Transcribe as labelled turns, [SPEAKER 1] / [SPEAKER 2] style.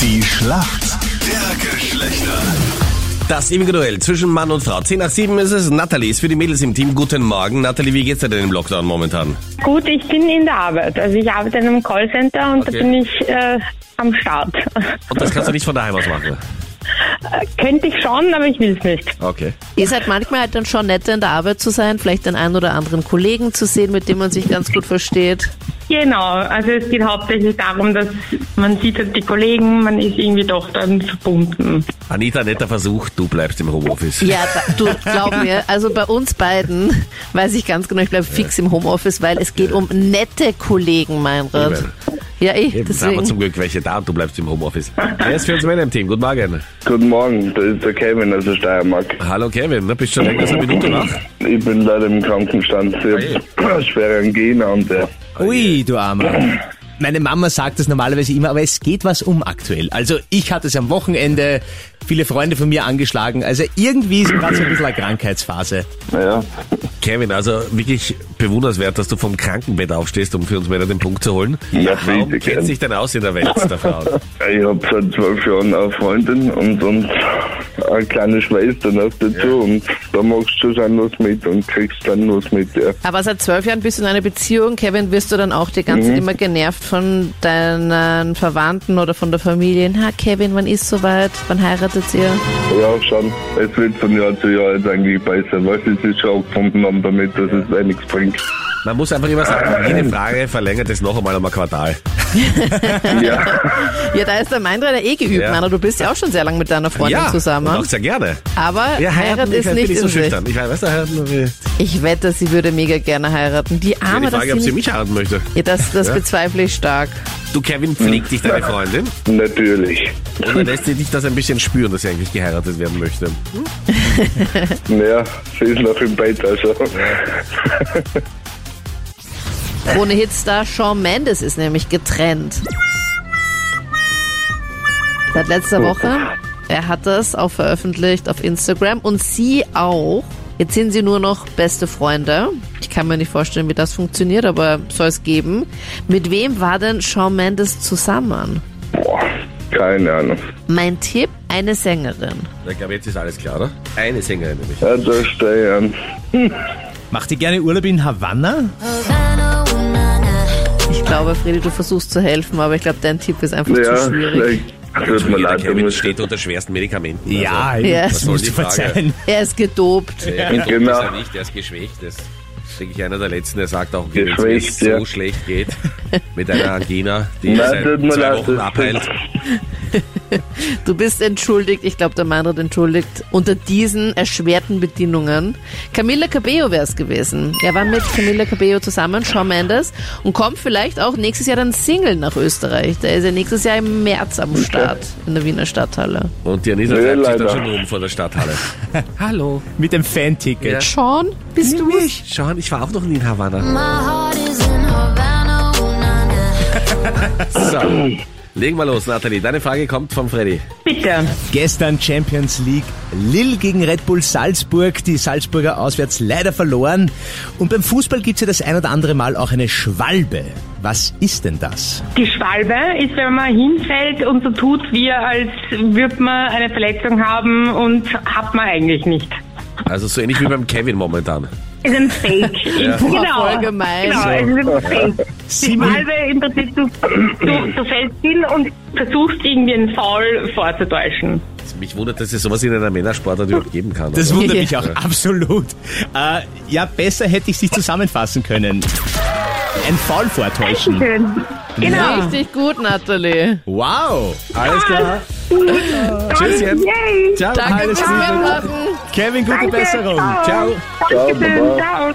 [SPEAKER 1] Die Schlacht der Geschlechter.
[SPEAKER 2] Das ewige Duell zwischen Mann und Frau. 10 nach 7 ist es. Nathalie ist für die Mädels im Team. Guten Morgen. Nathalie, wie geht's dir denn im Lockdown momentan?
[SPEAKER 3] Gut, ich bin in der Arbeit. Also ich arbeite in einem Callcenter und
[SPEAKER 2] Okay.
[SPEAKER 3] da bin ich äh, am Start.
[SPEAKER 2] Und das kannst du nicht von daheim aus machen.
[SPEAKER 3] Äh, Könnte ich schon, aber ich will es nicht.
[SPEAKER 2] Okay.
[SPEAKER 4] Ihr seid manchmal halt dann schon netter in der Arbeit zu sein, vielleicht den einen oder anderen Kollegen zu sehen, mit dem man sich ganz gut versteht.
[SPEAKER 3] Genau, also es geht hauptsächlich darum, dass man sieht halt die Kollegen, man ist irgendwie doch dann verbunden.
[SPEAKER 2] Anita, netter Versuch. Du bleibst im Homeoffice.
[SPEAKER 4] Ja, da, du glaub mir, also bei uns beiden weiß ich ganz genau, ich bleibe fix im Homeoffice, weil es geht um nette Kollegen, Meinrad.
[SPEAKER 2] Eben.
[SPEAKER 4] Ja, ich,
[SPEAKER 2] Eben, da haben wir zum
[SPEAKER 4] deswegen.
[SPEAKER 2] Glück welche da und du bleibst im Homeoffice. Wer ist für uns Männer im Team? Guten Morgen.
[SPEAKER 5] Guten Morgen, da ist der Kevin aus der Steiermark.
[SPEAKER 2] Hallo Kevin, da bist du schon länger als eine Minute nach?
[SPEAKER 5] Ich bin leider im Krankenstand. Ich habe schwere Angina und äh, der.
[SPEAKER 6] Ui, du Armer. Meine Mama sagt das normalerweise immer, aber es geht was um aktuell. Also ich hatte es am Wochenende, viele Freunde von mir angeschlagen. Also irgendwie ist gerade so ein bisschen eine Krankheitsphase.
[SPEAKER 5] Naja,
[SPEAKER 2] Kevin, also wirklich bewundernswert, dass du vom Krankenbett aufstehst, um für uns Männer den Punkt zu holen.
[SPEAKER 5] Ja,
[SPEAKER 2] Warum
[SPEAKER 5] bitte,
[SPEAKER 2] kennt
[SPEAKER 5] gern.
[SPEAKER 2] sich denn aus in der Welt der Frauen?
[SPEAKER 5] ich habe seit zwölf Jahren eine Freundin und, und eine kleine Schwester noch dazu. Und da machst du schon was mit und kriegst dann was mit. Ja.
[SPEAKER 4] Aber seit zwölf Jahren bist du in einer Beziehung, Kevin, wirst du dann auch die ganze
[SPEAKER 2] Mhm.
[SPEAKER 4] Zeit immer genervt von deinen Verwandten oder von der Familie. Na, Kevin, wann ist soweit? Wann heiratet ihr?
[SPEAKER 5] ja, schon. Es wird von Jahr zu Jahr jetzt eigentlich besser, weil sie sich schon gefunden haben damit, dass es eh nichts bringt.
[SPEAKER 2] Man muss einfach immer sagen, jede Frage verlängert es noch einmal um ein Quartal.
[SPEAKER 5] Ja.
[SPEAKER 4] Ja, da ist der Meinrad ja eh geübt,
[SPEAKER 2] Ja.
[SPEAKER 4] ja. Du bist ja auch schon sehr lange mit deiner Freundin
[SPEAKER 2] ja,
[SPEAKER 4] zusammen.
[SPEAKER 2] und auch sehr gerne.
[SPEAKER 4] Aber
[SPEAKER 2] Ja,
[SPEAKER 4] Heirat
[SPEAKER 2] heiraten
[SPEAKER 4] ist
[SPEAKER 2] ich
[SPEAKER 4] nicht
[SPEAKER 2] bin ich so
[SPEAKER 4] in sich.
[SPEAKER 2] schüchtern. Ich weiß, heiraten will.
[SPEAKER 4] Ich wette, sie würde mega gerne heiraten. Die
[SPEAKER 2] Ja,
[SPEAKER 4] Arme,
[SPEAKER 2] die Frage, ob
[SPEAKER 4] dass
[SPEAKER 2] sie
[SPEAKER 4] sie nicht...
[SPEAKER 2] mich heiraten möchte.
[SPEAKER 4] Ja, das, das
[SPEAKER 2] Ja.
[SPEAKER 4] bezweifle ich stark.
[SPEAKER 2] Du, Kevin, pflegt dich deine Freundin
[SPEAKER 5] Natürlich.
[SPEAKER 2] oder lässt sie dich das ein bisschen spüren, dass sie eigentlich geheiratet werden möchte?
[SPEAKER 5] Ja, sie ist noch im Bett, also.
[SPEAKER 4] Ohne Hitstar Shawn Mendes ist nämlich getrennt. Seit letzter Woche. Er hat das auch veröffentlicht auf Instagram und sie auch. Jetzt sind sie nur noch beste Freunde. Ich kann mir nicht vorstellen, wie das funktioniert, aber soll es geben. Mit wem war denn Shawn Mendes zusammen?
[SPEAKER 5] Boah, keine Ahnung.
[SPEAKER 4] Mein Tipp, eine Sängerin.
[SPEAKER 2] Ich glaube, jetzt ist alles klar, oder? Eine Sängerin nämlich.
[SPEAKER 5] Ja, da stehe Also ich an.
[SPEAKER 6] Macht ihr gerne Urlaub in Havanna?
[SPEAKER 4] Ich glaube, Fredi, du versuchst zu helfen, aber ich glaube, dein Tipp ist einfach
[SPEAKER 5] Ja,
[SPEAKER 4] zu schwierig.
[SPEAKER 5] nein, tut mir
[SPEAKER 2] Jeder
[SPEAKER 5] leid,
[SPEAKER 2] Kevin
[SPEAKER 5] muss
[SPEAKER 2] steht unter schwersten Medikamenten.
[SPEAKER 6] Ja,
[SPEAKER 4] Ja.
[SPEAKER 6] Also, das
[SPEAKER 4] Was
[SPEAKER 2] soll
[SPEAKER 6] musst
[SPEAKER 2] die
[SPEAKER 6] du
[SPEAKER 2] Frage?
[SPEAKER 6] verzeihen.
[SPEAKER 4] Er ist gedopt.
[SPEAKER 2] Also, der
[SPEAKER 5] Genau.
[SPEAKER 2] genau. ist er nicht, der ist geschwächt. Das ist, denke ich, einer der Letzten, der sagt auch, wenn es mir
[SPEAKER 5] Geschwächt,
[SPEAKER 2] so
[SPEAKER 5] ja.
[SPEAKER 2] schlecht geht, mit einer Angina, die
[SPEAKER 5] Nein,
[SPEAKER 2] seit
[SPEAKER 5] tut mir
[SPEAKER 2] zwei
[SPEAKER 5] leid,
[SPEAKER 2] Wochen
[SPEAKER 5] das-
[SPEAKER 2] abheilt.
[SPEAKER 4] Du bist entschuldigt. Ich glaube, der Meinrad entschuldigt. Unter diesen erschwerten Bedingungen. Camila Cabello wäre es gewesen. Er war mit Camila Cabello zusammen, Shawn Mendes, und kommt vielleicht auch nächstes Jahr dann Single nach Österreich. Der ist ja nächstes Jahr im März am Start in der Wiener Stadthalle.
[SPEAKER 2] Und die Anita
[SPEAKER 5] Nee,
[SPEAKER 2] treibt sich
[SPEAKER 5] leider.
[SPEAKER 2] dann schon rum vor der Stadthalle. Hallo.
[SPEAKER 6] Mit dem Fanticket.
[SPEAKER 4] Shawn, bist du es?
[SPEAKER 2] Schauen, ich war auch noch nie in Havanna.
[SPEAKER 7] My heart is in Havana, ooh, na, na.
[SPEAKER 2] So, legen wir los, Nathalie. Deine Frage kommt von Freddy.
[SPEAKER 3] Bitte.
[SPEAKER 6] Gestern Champions League. Lille gegen Red Bull Salzburg. Die Salzburger auswärts leider verloren. Und beim Fußball gibt's ja das ein oder andere Mal auch eine Schwalbe. Was ist denn das?
[SPEAKER 3] Die Schwalbe ist, wenn man hinfällt und so tut, wie als würde man eine Verletzung haben und hat man eigentlich nicht.
[SPEAKER 2] Also so ähnlich wie beim Kevin momentan.
[SPEAKER 3] Ist ein Fake.
[SPEAKER 4] Boah,
[SPEAKER 3] Genau.
[SPEAKER 4] voll gemein.
[SPEAKER 3] Genau, es ist ein Fake. Die Schwalbe im Prinzip, du, du, du fällst hin und versuchst irgendwie einen Foul vorzutäuschen.
[SPEAKER 2] Also Mich wundert, dass es sowas in einer Männersportart überhaupt geben kann.
[SPEAKER 6] Das
[SPEAKER 2] oder?
[SPEAKER 6] wundert mich auch absolut. Äh, ja, besser hätte ich sich zusammenfassen können. Ein Foul vortäuschen.
[SPEAKER 3] Schön. Genau.
[SPEAKER 4] Richtig gut, Natalie.
[SPEAKER 6] Wow.
[SPEAKER 2] Alles klar.
[SPEAKER 3] Tschüsschen. Yay.
[SPEAKER 6] Ciao,
[SPEAKER 4] Danke
[SPEAKER 6] alles
[SPEAKER 4] fürs
[SPEAKER 6] Liebe.
[SPEAKER 4] Mitmachen.
[SPEAKER 6] Kevin, gute
[SPEAKER 3] Danke.
[SPEAKER 6] Besserung.
[SPEAKER 3] Ciao.
[SPEAKER 6] Ciao.
[SPEAKER 3] Dankeschön.
[SPEAKER 5] Ciao, Baba.
[SPEAKER 3] Ciao.